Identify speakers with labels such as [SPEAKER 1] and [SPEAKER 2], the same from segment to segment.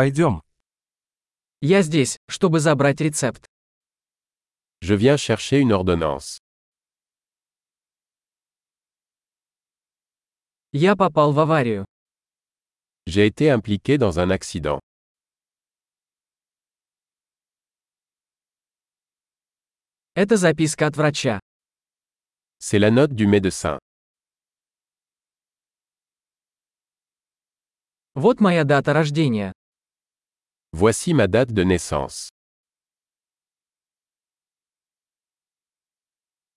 [SPEAKER 1] Пойдем.
[SPEAKER 2] Я здесь, чтобы забрать рецепт.
[SPEAKER 3] Je viens chercher une ordonnance.
[SPEAKER 2] Я попал в аварию.
[SPEAKER 3] J'ai été impliqué dans un accident.
[SPEAKER 2] Это записка от врача.
[SPEAKER 3] C'est la note du médecin.
[SPEAKER 2] Вот моя дата рождения.
[SPEAKER 3] Voici ma date de naissance.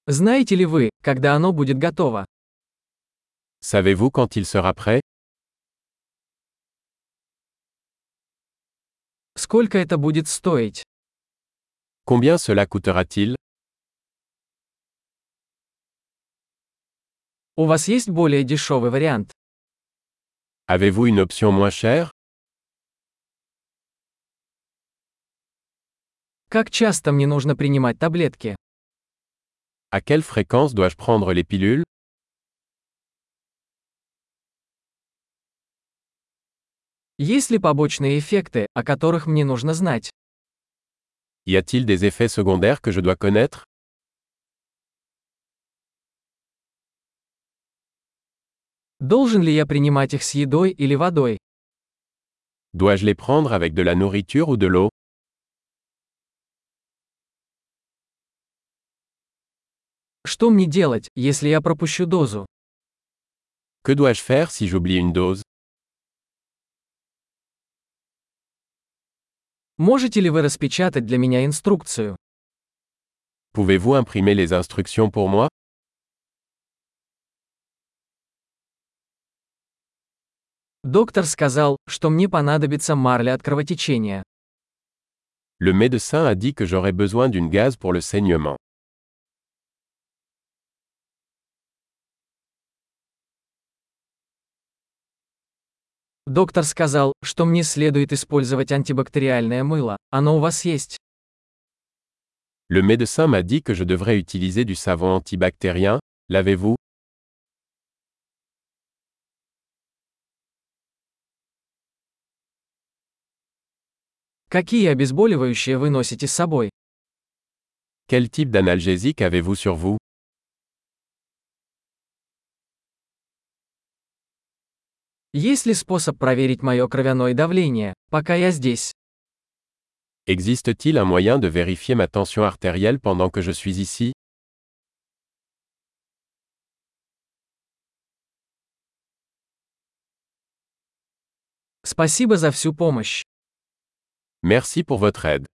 [SPEAKER 2] Знаете ли вы, когда оно будет готово?
[SPEAKER 3] Savez-vous quand il sera prêt
[SPEAKER 2] Сколько это будет стоить?
[SPEAKER 3] Combien cela coûtera-t-il
[SPEAKER 2] У вас есть более дешевый вариант?
[SPEAKER 3] Avez-vous une option moins chère
[SPEAKER 2] Как часто мне нужно принимать таблетки?
[SPEAKER 3] À quelle fréquence dois-je prendre les pilules
[SPEAKER 2] Есть ли побочные эффекты, о которых мне нужно знать?
[SPEAKER 3] Y a-t-il des effets secondaires que je dois connaître
[SPEAKER 2] Должен ли я принимать их с едой или водой?
[SPEAKER 3] Dois-je les prendre avec de la nourriture ou de l'eau
[SPEAKER 2] Что мне делать, если я пропущу дозу?
[SPEAKER 3] Que dois-je faire si j'oublie une dose
[SPEAKER 2] Можете ли вы распечатать для меня инструкцию?
[SPEAKER 3] Pouvez-vous imprimer les instructions pour moi
[SPEAKER 2] Доктор сказал, что мне понадобится марля от кровотечения.
[SPEAKER 3] Le médecin a dit que j'aurais besoin d'une gaz pour le saignement.
[SPEAKER 2] Доктор сказал, что мне следует использовать антибактериальное мыло. Оно у вас есть?
[SPEAKER 3] Le médecin m'a dit que je devrais utiliser du savon antibactérien. L'avez-vous
[SPEAKER 2] Какие обезболивающие вы носите с собой?
[SPEAKER 3] Quel type d'analgésique avez-vous sur vous
[SPEAKER 2] Есть ли способ проверить мое кровяное давление, пока я здесь?
[SPEAKER 3] Existe-t-il un moyen de vérifier ma tension artérielle pendant que je suis ici
[SPEAKER 2] Спасибо за всю помощь.
[SPEAKER 3] Merci pour votre aide.